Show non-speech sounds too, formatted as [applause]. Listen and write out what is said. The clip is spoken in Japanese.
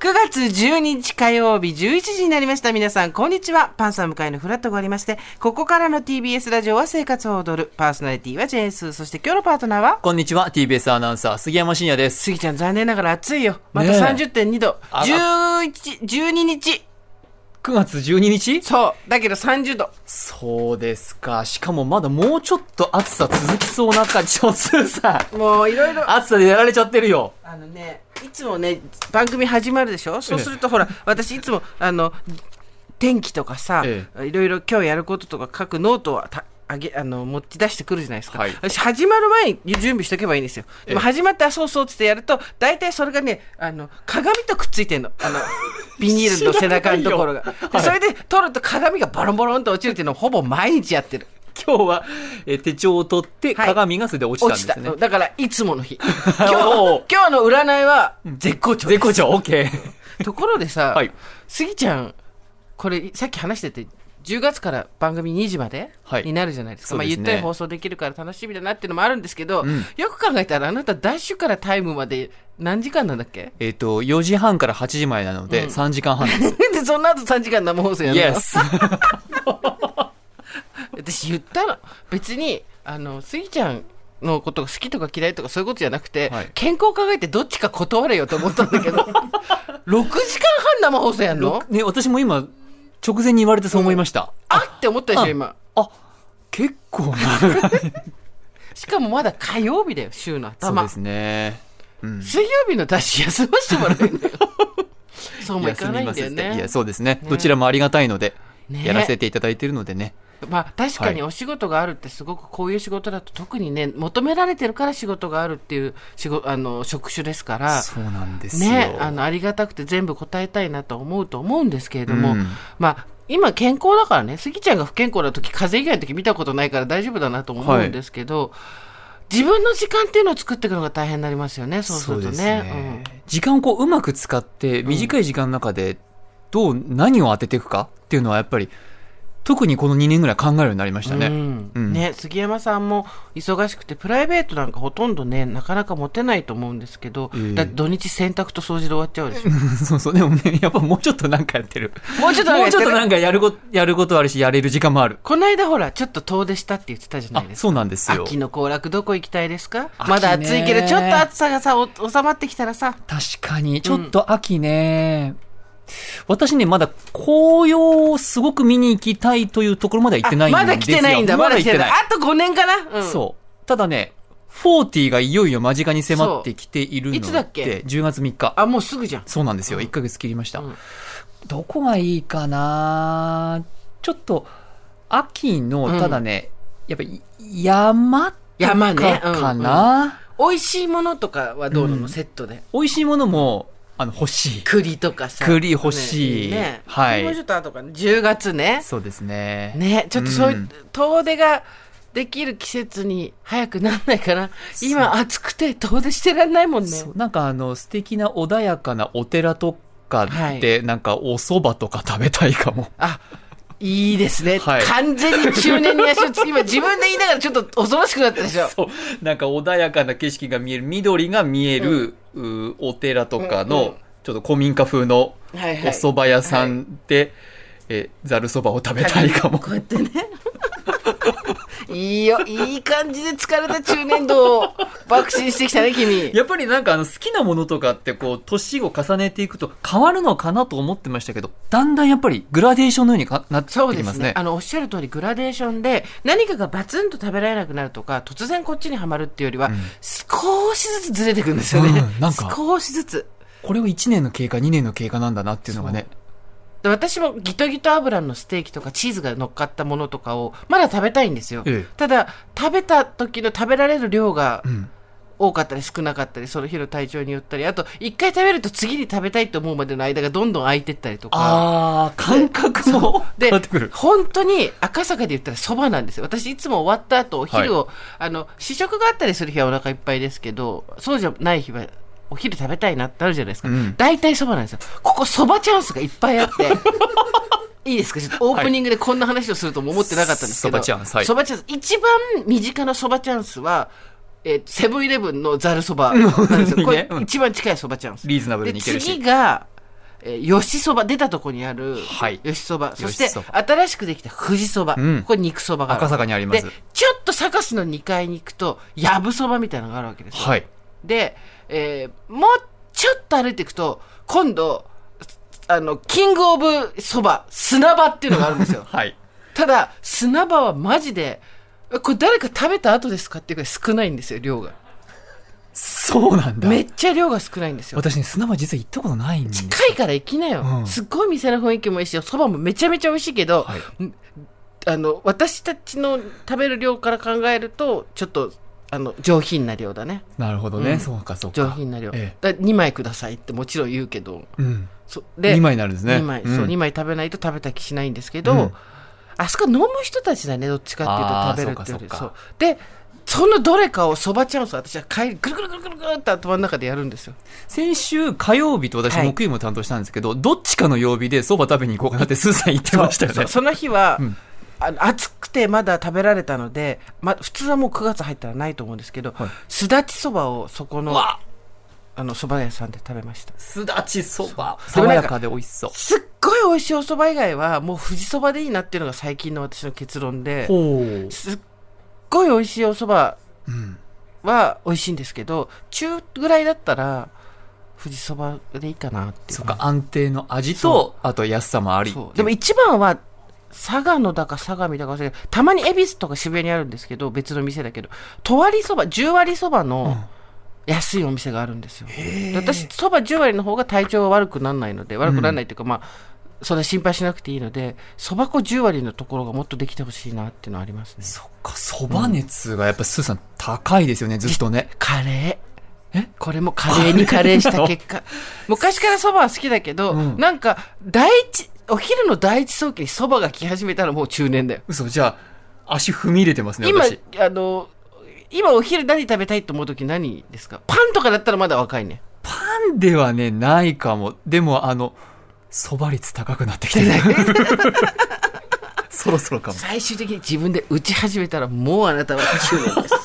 9月12日火曜日11時になりました。皆さん、こんにちは。パンサー向かいのフラットがありまして、ここからの TBS ラジオは生活を踊る。パーソナリティはジェーンスー。そして今日のパートナーはこんにちは TBS アナウンサー杉山真也です杉ちゃん、残念ながら暑いよ。またねえ30.2度。あ11、12日。 9月12日そう。だけど30度。そうですかしかもまだもうちょっと暑さ続きそうな感じもするさもういろいろ。暑さでやられちゃってるよあのね、いつもね、番組始まるでしょそうするとほら、私いつも、あの、天気とかさ、えいろいろ今日やることとか書くノートはたあげあの持ち出してくるじゃないですか、はい私始まる前に準備しとけばいいんですよでもええ始まったらそうそうっつってやると大体それがねあの鏡とくっついてんの [laughs] あのビニールの背中のところが、知らないよではいそれで取ると鏡がバロンバロンと落ちるっていうのをほぼ毎日やってる今日は、えー手帳を取ってはい鏡がそれで落ちたん落でちすた、ね、だからいつも [laughs] の日今日おう今日の占いは絶好調です絶好 [laughs] 調 OK ところでさ、はいスギちゃん、これ、さっき話してて、10月から番組2時まで、はいになるじゃないですか。そうまあ、ですゆねったり放送できるから楽しみだなっていうのもあるんですけど、んよく考えたら、あなた、ダッシュからタイムまで何時間なんだっけ [laughs] えっと4時半から8時前なので、3時間半ですで、その後3時間生放送やるの、 Yes 私言ったの。別に、あの、スギちゃん、のことが好きとか嫌いとかそういうことじゃなくて、はい健康を考えてどっちか断れよと思ったんだけ [laughs] ど6時間半生放送やんのね私も今直前に言われてそう思いました、あって思ったでしょ今あ結構なしかもまだ火曜日だよ、週のそう頭。ですね、うん水曜日のダッシュ休ませてもらえるんだ [laughs] よ。そうもいかないんだよいやすみませんいねや。そうですねねどちらもありがたいので、ねやらせていただいているのでねまあ確かにお仕事があるってすごくこういう仕事だと特にね、求められてるから仕事があるっていう仕事、あの、職種ですから、そうなんですよね、あの、ありがたくて全部答えたいなと思うと思うんですけれども、うんまあ、今健康だからね、スギちゃんが不健康な時、風邪以外の時見たことないから大丈夫だなと思うんですけど、自分の時間っていうのを作っていくのが大変になりますよね、そうすそうるとですね。ねうん、時間をこううまく使って短い時間の中でどう何を当てていくかっていうのはやっぱり特にこの2年ぐらい考えるようになりましたね、うんうんね杉山さんも忙しくてプライベートなんかほとんどねなかなか持てないと思うんですけど、ええだって土日洗濯と掃除で終わっちゃうでしょ [laughs] そうそうでもねやっぱもうちょっとなんかやってる [laughs] もうちょっともやうってちょっるとなんかやることやることあるしやれる時間もあるこの間ほらちょっと遠出したって言ってたじゃなあいですかそうなんですよ秋の行楽どこ行きたいですか秋ねまだ暑いけどちょっと暑さがさお収まってきたらさ確かに、ちょっと秋ね、私ね、まだ紅葉をすごく見に行きたいというところまでは行ってないんですあよ。まだ来てないんだまだ来てないまだ行っあと5年かな、うん、てないそう。ただね、40がいよいよ間近に迫ってきているので、そういつだっけ ?10 月3日。あもうすぐじゃんそうなんですよ。1ヶ月切りました。うんどこがいいかなちょっと、秋うんの、ただね、やっぱり山と山かねうんかな、美味しいものとかはどうなの、うんセットで美味しいものも、あの、欲しい。栗とかさ栗欲しいねねはいもうちょっと後かな10月ねそうですね。ねちょっとそういう、うん遠出ができる季節に早くなんないかな今暑くて遠出してらんないもんねそうなんかあの素敵な穏やかなお寺とかで、なんかお蕎麦とか食べたいかも [laughs] あいいですね、はい完全に中年に足をつ今自分で言いながらちょっと恐ろしくなったでしょそうなんか穏やかな景色が見える緑が見える、うーお寺とかの、うんうんちょっと古民家風のはいお蕎麦屋さんで、えざるそばを食べたいかもこうやってねいいよいい感じで疲れた中年度を爆心してきたね君 [laughs] やっぱりなんかあの好きなものとかってこう年を重ねていくと変わるのかなと思ってましたけどだんだんやっぱりグラデーションのようにかなってきそうますでねすね。あの、おっしゃる通りグラデーションで、何かがバツンと食べられなくなるとか、突然こっちにはまるっていうよりは、少しずつずれていくんですよね。うんなんか少しずつ。これを1年の経過2年の経過なんだなっていうのがねで私もギトギト油のステーキとかチーズが乗っかったものとかを、まだ食べたいんですよ。ええただ、食べた時の食べられる量がうん多かったり少なかったり、その日の体調によったり、あと、一回食べると次に食べたいと思うまでの間がどんどん空いてったりとか。ああ、感覚もで変わってくる。本当に赤坂で言ったらそばなんですよ私いつも終わった後お昼を、あの試食があったりする日はお腹いっぱいですけどそうじゃない日はお昼食べたいなってあるじゃないですか、うん大体そばなんですよここそばチャンスがいっぱいあって [laughs] いいですかちょっとオープニングでこんな話をするとも思ってなかったんですけどそばチャンスはいそばチャンス一番身近なそばチャンスはえー [laughs] セブンイレブンのざるそばなんですよ、うんこれいいねうん一番近いそばチャンスリーズナブルでにいけるし。次がえー吉そば出たとこにある、はい吉そばそして吉そば新しくできた富士そば、うんこれ肉そばがある赤坂にありますでちょっと坂市の2階に行くとやぶそばみたいなのがあるわけですよはいで、えーもうちょっと歩いていくと今度あのキングオブそば砂場っていうのがあるんです [laughs] よはいただ砂場はマジでこれ誰か食べた後ですかっていうくらい少ないんですよ量がそうなんだめっちゃ量が少ないんですよ私ね砂場実は行ったことないんです近いから行きなよ、うんすっごい店の雰囲気もいいしそばもめちゃめちゃ美味しいけど、はいあの私たちの食べる量から考えるとちょっとあの上品な量だねなるほどうね、んそうかそうか上品な量、えだ2枚くださいってもちろん言うけどえうん、そで2枚になるんですね二枚そううん2枚食べないと食べた気しないんですけど、うんあそこ飲む人たちだねどっちかっていうと食べあーるっていうよりそうかでそのどれかをそばチャンス私は帰りぐるぐるぐるぐるぐるって頭の中でやるんですよ先週火曜日と私はい木曜日も担当したんですけど、どっちかの曜日でそば食べに行こうかなってスーさん言ってましたよそうねそうその日は、んあの暑くてまだ食べられたので、ま、普通はもう9月入ったらないと思うんですけど、はいすだちそばをそこのあわの蕎麦屋さんで食べましたすだちそばでもな爽んかやかで美味しそうすっごい美味しいお蕎麦以外はもう富士そばでいいなっていうのが最近の私の結論でほうすっごい美味しいお蕎麦うんは美味しいんですけど中ぐらいだったら富士そばでいいかなっていうそうか安定の味とあと安さもありそうでも一番は佐賀のだか相模だか忘れたけどたまに恵比寿とか渋谷にあるんですけど別の店だけど十割そば10割そばの安いお店があるんですよ、で私そば10割の方が体調が悪くならないので悪くならないっていうか、まあそれ心配しなくていいのでそば粉10割のところがもっとできてほしいなっていうのはありますねそっかそば熱がやっぱスーさん高いですよねずっとねカレーえこれもカレーにカレーした結果 [laughs] 昔からそばは好きだけど、うんなんか第一お昼の第一早期にそばが来始めたらもう中年だよ嘘じゃあ足踏み入れてますね今私あの今お昼何食べたいと思う時何ですかパンとかだったらまだ若いねパンではねないかもでもあのそば率高くなってきて [laughs] るそろそろかも最終的に自分で打ち始めたらもうあなたは中年です